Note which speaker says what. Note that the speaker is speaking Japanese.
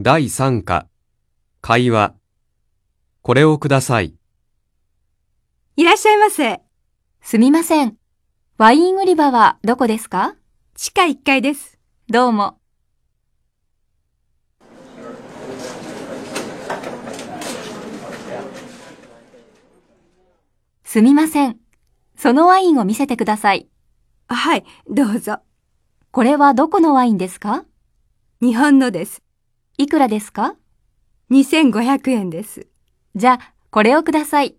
Speaker 1: 第3課、会話。これをください。
Speaker 2: いらっしゃいませ。
Speaker 3: すみません。ワイン売り場はどこですか
Speaker 2: 地下1階です。
Speaker 3: どうも。すみません。そのワインを見せてください。
Speaker 2: はい、どうぞ。
Speaker 3: これはどこのワインですか
Speaker 2: 日本のです。
Speaker 3: いくらですか
Speaker 2: 2500円です。
Speaker 3: じゃあ、これをください。